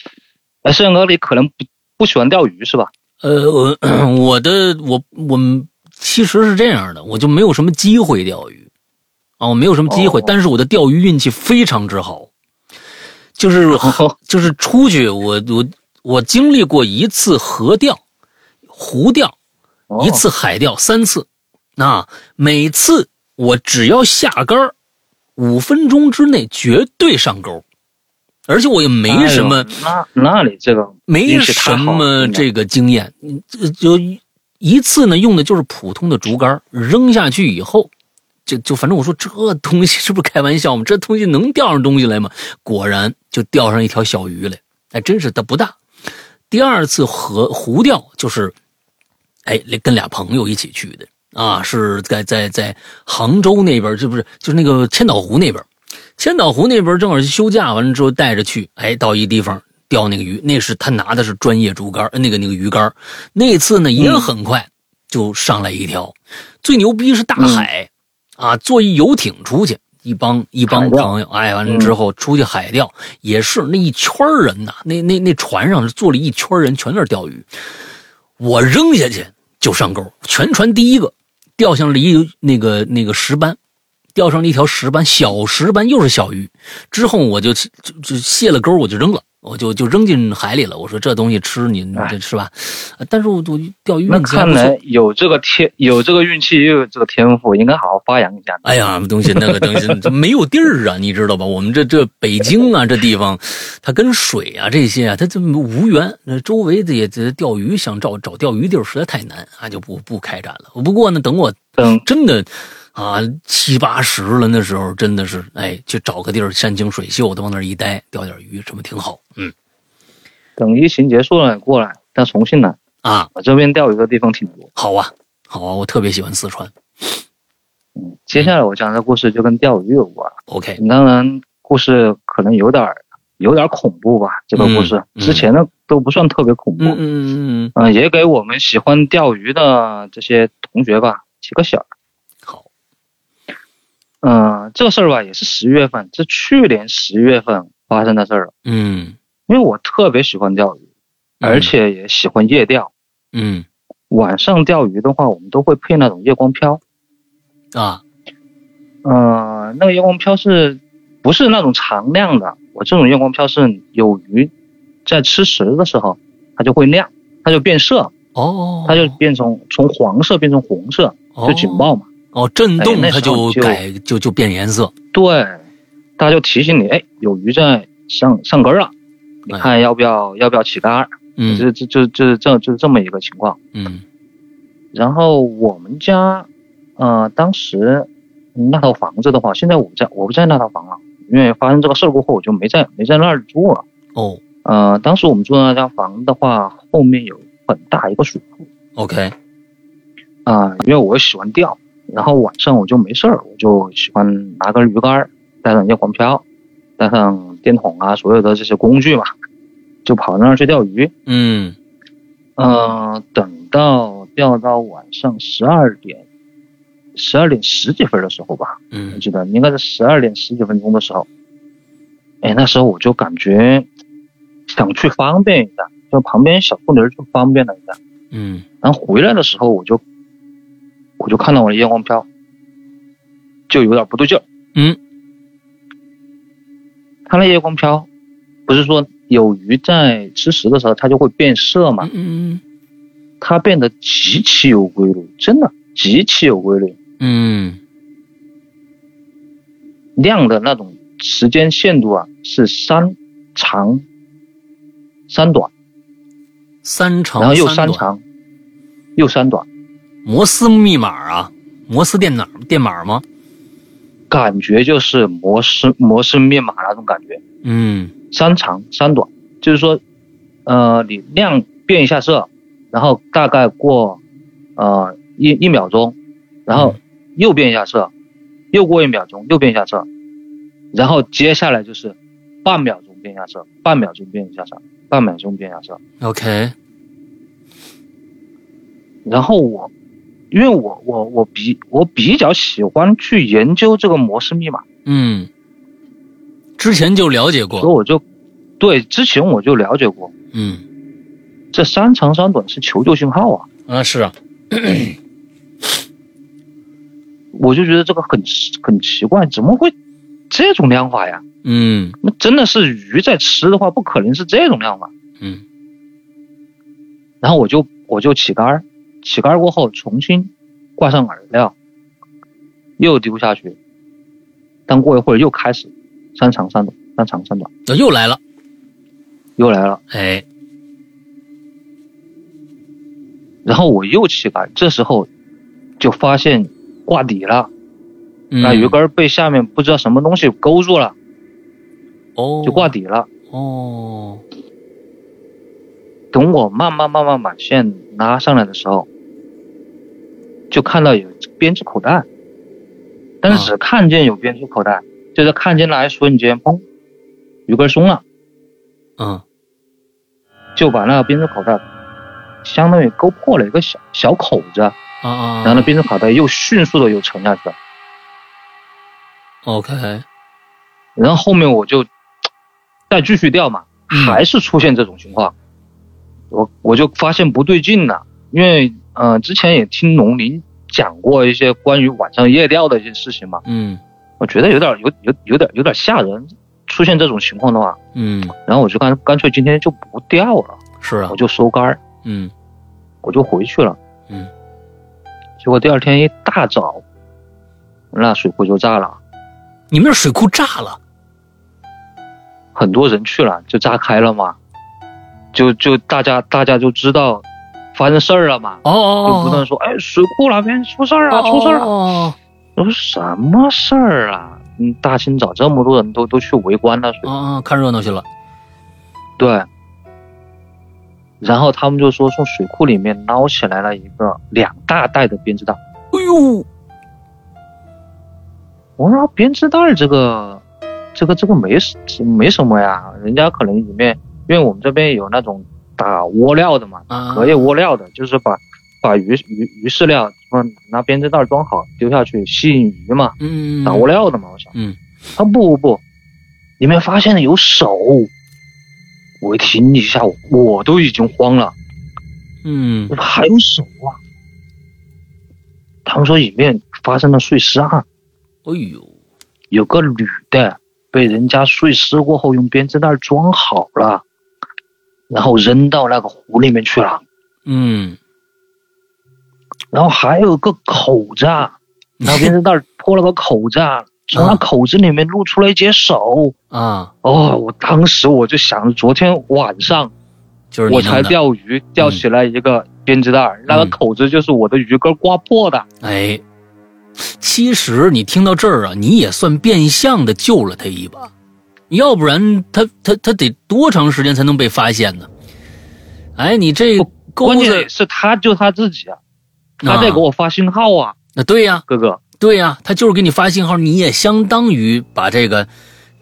哎，盛哥，你可能不不喜欢钓鱼是吧？
呃，我我的我我嗯其实是这样的，我就没有什么机会钓鱼啊，我没有什么机会，
哦
但是我的钓鱼运气非常之好，就是
哦
就是出去我我我经历过一次河钓、湖钓。
哦
一次海钓三次，啊，每次我只要下杆儿五分钟之内绝对上钩，而且我也没什么、
哎呦那那你这个
没
运气太
什
好了
么
真的
这个经验，嗯这就一次呢用的就是普通的竹竿儿扔下去以后，就就反正我说这东西 是不是开玩笑吗？这东西能钓上东西来吗？果然就钓上一条小鱼来，哎，真是它不大。第二次河湖钓就是，哎，跟俩朋友一起去的啊，是在在在杭州那边，这不是就是那个千岛湖那边，千岛湖那边正好是休假，完了之后带着去，哎，到一地方钓那个鱼，那是他拿的是专业竹竿，呃那个那个鱼竿，那次呢
嗯
也很快就上来一条，最牛逼是大
嗯
海，啊，坐一游艇出去，一帮一帮
海钓嗯
朋友，哎，完了之后出去海钓，也是那一圈儿人呐、那那那船上是坐了一圈儿人，全在那儿钓鱼，我扔下去就上钩，全船第一个，钓上了一那个那个石斑。钓上了一条石斑，小石斑又是小鱼。之后我就就就卸了钩，我就扔了，我就就扔进海里了。我说这东西吃你你这是吧？呃但是我我钓鱼
哎那
运气还
看
不错
来有这个天，有这个运气，又有这个天赋，应该好好发扬一下。
哎呀，东西那个东西这没有地儿啊，你知道吧？我们这这北京啊，这地方，它跟水啊这些啊，它这么无缘。那周围的也这钓鱼想找找钓鱼地儿实在太难啊，就不不开展了。不过呢，等我
等
真的啊七八十了，那时候真的是哎，去找个地儿山清水秀的往那儿一待，钓点鱼，这不挺好？嗯
等疫情结束了，你过来，到重庆来，
啊，
我这边钓鱼的地方挺多。
好啊，好啊，我特别喜欢四川。
接下来我讲的故事就跟钓鱼有关，
OK，
当然故事可能有点儿有点儿恐怖吧。这个故事、
嗯嗯
之前的都不算特别恐怖，
嗯嗯嗯嗯，
嗯、也给我们喜欢钓鱼的这些同学吧提个醒儿。
好，
嗯、这事儿吧也是十月份，这去年十月份发生的事儿。
嗯，
因为我特别喜欢钓鱼，而且也喜欢夜钓。
嗯
晚上钓鱼的话，我们都会配那种夜光漂。
啊，
呃，那个夜光漂是不是那种常亮的？我这种夜光漂是有鱼在吃食的时候，它就会亮，它就变色，
哦，
它就变成从黄色变成红色，就警报嘛。
哦，震动
哎那
它
时候
就
就
改就就变颜色。
对，它就提醒你，哎，有鱼在上上钩了，你
哎
看要不要、要不要起竿儿？
嗯
这这这这这就是这么一个情况。
嗯
然后我们家，呃，当时那套房子的话，现在我不在，我不在那套房了，因为发生这个事儿过后，我就没在没在那儿住了。
哦
呃，当时我们住的那家房的话，后面有很大一个水库
，OK，
啊、因为我喜欢钓，然后晚上我就没事儿，我就喜欢拿根鱼竿儿，带上夜光漂，带上电筒啊，所有的这些工具嘛，就跑那儿去钓鱼。
嗯
呃，等到钓到晚上十二点，十二点十几分的时候吧，我
嗯
记得应该是十二点十几分钟的时候。哎，那时候我就感觉想去方便一下，就旁边小树林儿就方便了一下。
嗯
然后回来的时候，我就我就看到我的夜光漂，就有点不对劲儿。
嗯
它那夜光漂，不是说有鱼在吃食的时候它就会变色嘛？
嗯嗯
它变得极其有规律，真的极其有规律，
嗯
亮的那种时间限度啊是三长三短，
嗯，三长
然后又
三
三
短，
长又三短，
摩斯密码啊，摩斯电脑电码吗？
感觉就是磨生磨生面马那种感觉，
嗯
三长三短，就是说，呃，你量变一下色，然后大概过呃一一秒钟，然后又变一下色，又过一秒钟又变一下色，然后接下来就是半秒钟变一下色，半秒钟变一下色，半秒钟变一下色，
，OK，
然后我，因为我我我比我比较喜欢去研究这个模式密码，
嗯，之前就了解
所
过，
以我就对之前我就了解过，
嗯
这三长三短是求救信号啊，
啊是啊，
我就觉得这个很很奇怪，怎么会这种量法呀？
嗯
那真的是鱼在吃的话，不可能是这种量法。
嗯
然后我就我就起杆儿，起杆儿过后重新挂上饵料，又丢下去，但过一会儿又开始三长三短，三长三短
啊又来了，
又来了。
哎，
然后我又起来，这时候就发现挂底了，
嗯
那鱼竿儿被下面不知道什么东西勾住了，
哦
就挂底了。
哦，
等我慢慢慢慢把线拉上来的时候，就看到有编织口袋，但是
啊
只看见有编织口袋，就是看见那一瞬间，砰，鱼竿儿松了，
嗯
就把那个编织口袋相当于勾破了一个小小口子，
啊啊，
然后那编织口袋又迅速的又沉下去了。
OK，
然后后面我就再继续钓嘛，
嗯
还是出现这种情况，我我就发现不对劲了，因为呃之前也听农林讲过一些关于晚上夜钓的一些事情嘛，
嗯
我觉得有点有有有点有点吓人，出现这种情况的话，
嗯
然后我就干干脆今天就不钓了，
是啊
我，就收竿儿，
嗯
我就回去了，
嗯，
结果第二天一大早，那水库就炸了，
你们那水库炸了，
很多人去了，就炸开了嘛，就就大家大家就知道发生事儿了嘛，
哦
就
哦
不断说，哎，水库那边出事儿了，
哦，
出事儿了。啊
哦
我说什么事儿啊？嗯，大清早这么多人都都去围观了水库，
啊啊，看热闹去了，
对。然后他们就说从水库里面捞起来了一个两大袋的编织袋，
哎呦，
我说啊编织袋儿这个，这个这个没什没什么呀，人家可能里面，因为我们这边有那种打窝料的嘛，
啊，
荷叶窝料的，就是把把鱼鱼鱼饲料，什么拿编织袋装好丢下去吸引鱼嘛，
嗯，嗯
打窝料的嘛，我想，
嗯，
他啊不不不，里面发现了有手，我一听一下，我都已经慌了，
嗯
还有手啊！他们说里面发生了碎尸案，
哎呦，
有个女的被人家碎尸过后用编织袋装好了，然后扔到那个湖里面去了。
嗯
然后还有个口子啊，然后编织袋儿破了个口子啊，从那口子里面露出了一截手。
啊，
哦，我当时我就想着，昨天晚上
就是你
我
弄
才
的，嗯
钓鱼，钓起来一个编织袋儿，那个口子就是我的鱼竿刮破的。
哎，其实你听到这儿啊，你也算变相的救了他一把，要不然他他他得多长时间才能被发现呢？哎，你这钩
关键
子
也，是他就他自己啊，他在给我发信号啊，
啊对呀、
哥哥。
对呀、他就是给你发信号，你也相当于把这个，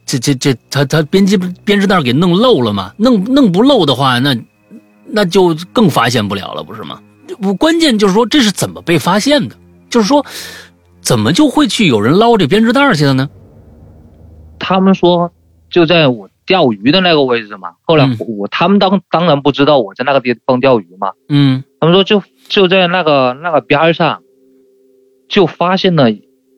这这这，他他编辑编织袋给弄漏了嘛？弄弄不漏的话，那那就更发现不了了，不是吗？我关键就是说这是怎么被发现的，就是说怎么就会去有人捞这编织袋去了呢？
他们说就在我钓鱼的那个位置嘛。后来
嗯
我、我他们当当然不知道我在那个地方钓鱼嘛，
嗯
他们说就就在那个那个边儿上，就发现了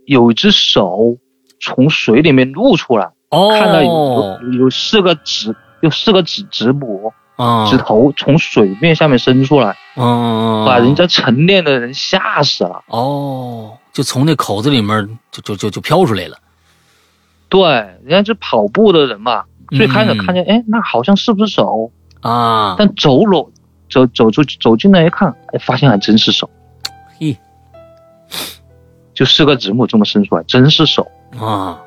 有一只手从水里面露出来，
哦，
看到有有有四个指有四个指指母
啊，
指头从水面下面伸出来，
嗯，
把人家晨练的人吓死了。
哦，就从那口子里面就就就就飘出来了，
对，人家是跑步的人嘛，最开始
嗯
看见哎，那好像是不是手？
啊，
但走拢走走出走进来一看，哎，发现还真是手，
嘿，
就四个指母这么伸出来，真是手。
啊，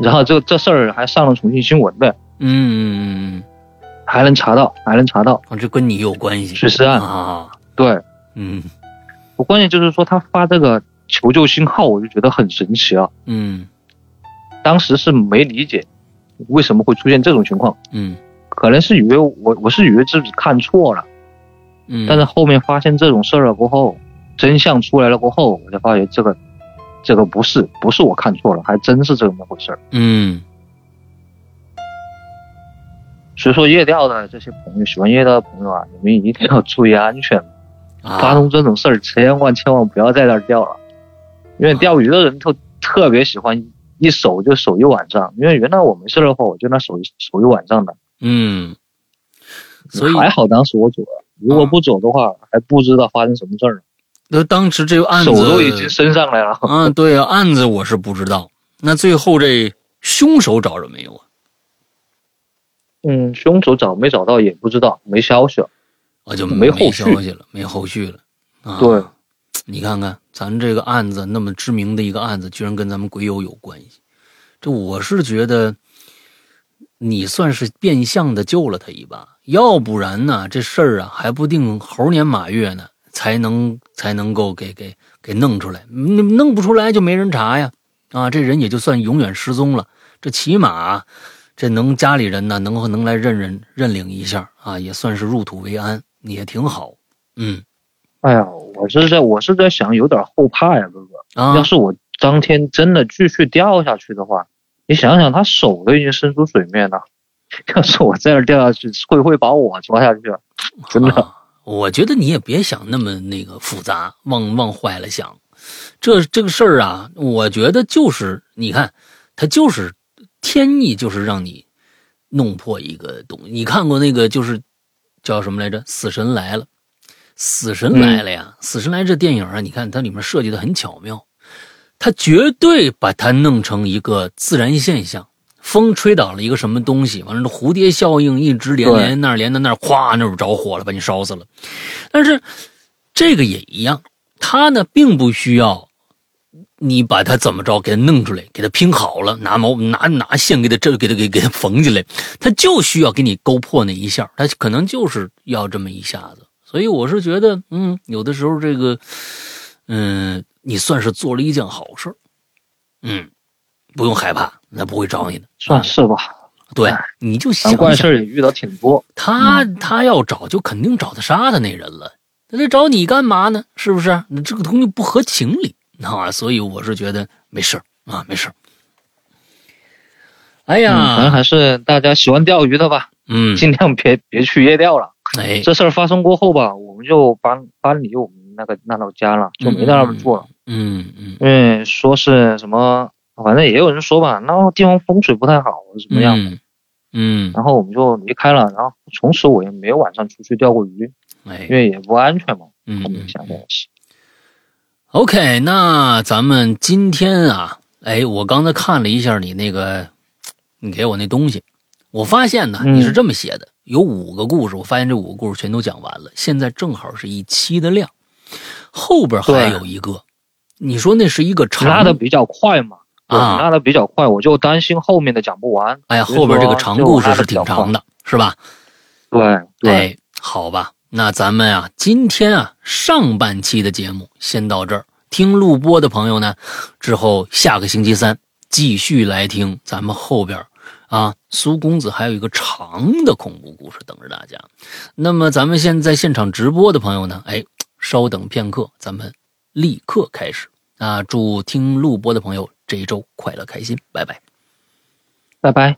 然后这这事儿还上了重庆新闻呢，
嗯，
还能查到，还能查到
啊，这跟你有关系
碎尸案。
啊，
对
嗯
我关键就是说他发这个求救信号，我就觉得很神奇啊。
嗯
当时是没理解为什么会出现这种情况，
嗯
可能是以为我我是以为自己看错了，
嗯，
但是后面发现这种事儿了过后，真相出来了过后，我才发现这个这个不是不是我看错了，还真是这么回事儿。
嗯
所以说夜钓的这些朋友，喜欢夜钓的朋友啊，你们一定要注意安全。
啊，
发生这种事儿，千万千万不要在那儿钓了，因为钓鱼的人特特别喜欢一守就守一晚上。因为原来我没事的话，我就那守一守一晚上的，
嗯，所以啊
还好当时我走了。如果不走的话，还不知道发生什么事儿呢，
那当时这个案子
手都已经伸上来了。
啊，对啊，案子我是不知道。那最后这凶手找着没有啊？
嗯，凶手找没找到也不知道，没消息了。
啊，就
没后续
消息了，没后续了。啊，
对，
你看看咱这个案子那么知名的一个案子，居然跟咱们鬼友有关系，这我是觉得你算是变相的救了他一把，要不然呢这事儿啊还不定猴年马月呢才能才能够给给给弄出来，你弄不出来就没人查呀，啊，这人也就算永远失踪了，这起码。这能家里人呢，能够能来认认认领一下啊，也算是入土为安，也挺好。嗯
哎呀，我是在我是在想，有点后怕呀，哥哥。
啊，
要是我当天真的继续掉下去的话，你想想，他手都已经伸出水面了， 要是我在那儿掉下去，会不会把我抓下去？ 真的，
啊我觉得你也别想那么那个复杂，往往坏了想。这这个事儿啊，我觉得就是你看，他就是天意，就是让你弄破一个东西。你看过那个就是叫什么来着，《死神来了》？死
嗯
神来了呀！死神来这电影啊，你看它里面设计的很巧妙，它绝对把它弄成一个自然现象。风吹倒了一个什么东西，完了蝴蝶效应一直连
对
连那儿连到那儿，咵那儿着火了，把你烧死了。但是这个也一样，它呢并不需要你把它怎么着给它弄出来，给它拼好了，拿毛拿拿线给它这给它给给它缝起来，它就需要给你勾破那一下，它可能就是要这么一下子。所以我是觉得，嗯，有的时候这个，嗯，你算是做了一件好事儿嗯，不用害怕，那不会找你的。
算是吧。
对，你就想
咱怪事
想，
儿嗯也遇到挺多，
他他要找就肯定找他杀的那人了，那他找你干嘛呢？是不是？你这个东西不合情理啊！所以我是觉得没事儿啊，没事儿。哎
嗯，反正
呀，
还是大家喜欢钓鱼的吧，
嗯，
尽量别别去夜钓了。
哎，
这事儿发生过后吧，我们就搬搬离我们那个那老家了，就没在那边住了。
嗯嗯，
因为说是什么，反正也有人说吧，那地方风水不太好，怎么样？
嗯？嗯，
然后我们就离开了，然后从此我也没有晚上出去钓过鱼，
哎
因，为也不安全嘛。
嗯
后
嗯
面。想想也是，
OK，那咱们今天啊，哎，我刚才看了一下你那个，你给我那东西，我发现呢，
嗯
你是这么写的，有五个故事，我发现这五个故事全都讲完了，现在正好是一期的量，后边还
对
有一个，你说那是一个
拉
长
的比较快嘛，对
啊
拉的比较快，我就担心后面的讲不完。
哎呀，
所以
后边这个
说
长
就
故
拉
事
得
是
比较
挺长
快。
的，是吧？
对对，
哎，好吧，那咱们啊，今天啊上半期的节目先到这儿。听录播的朋友呢，之后下个星期三继续来听咱们后边儿啊，苏公子还有一个长的恐怖故事等着大家。那么咱们现在现场直播的朋友呢，哎，稍等片刻，咱们立刻开始啊！祝听录播的朋友这一周快乐开心，拜拜。
拜拜。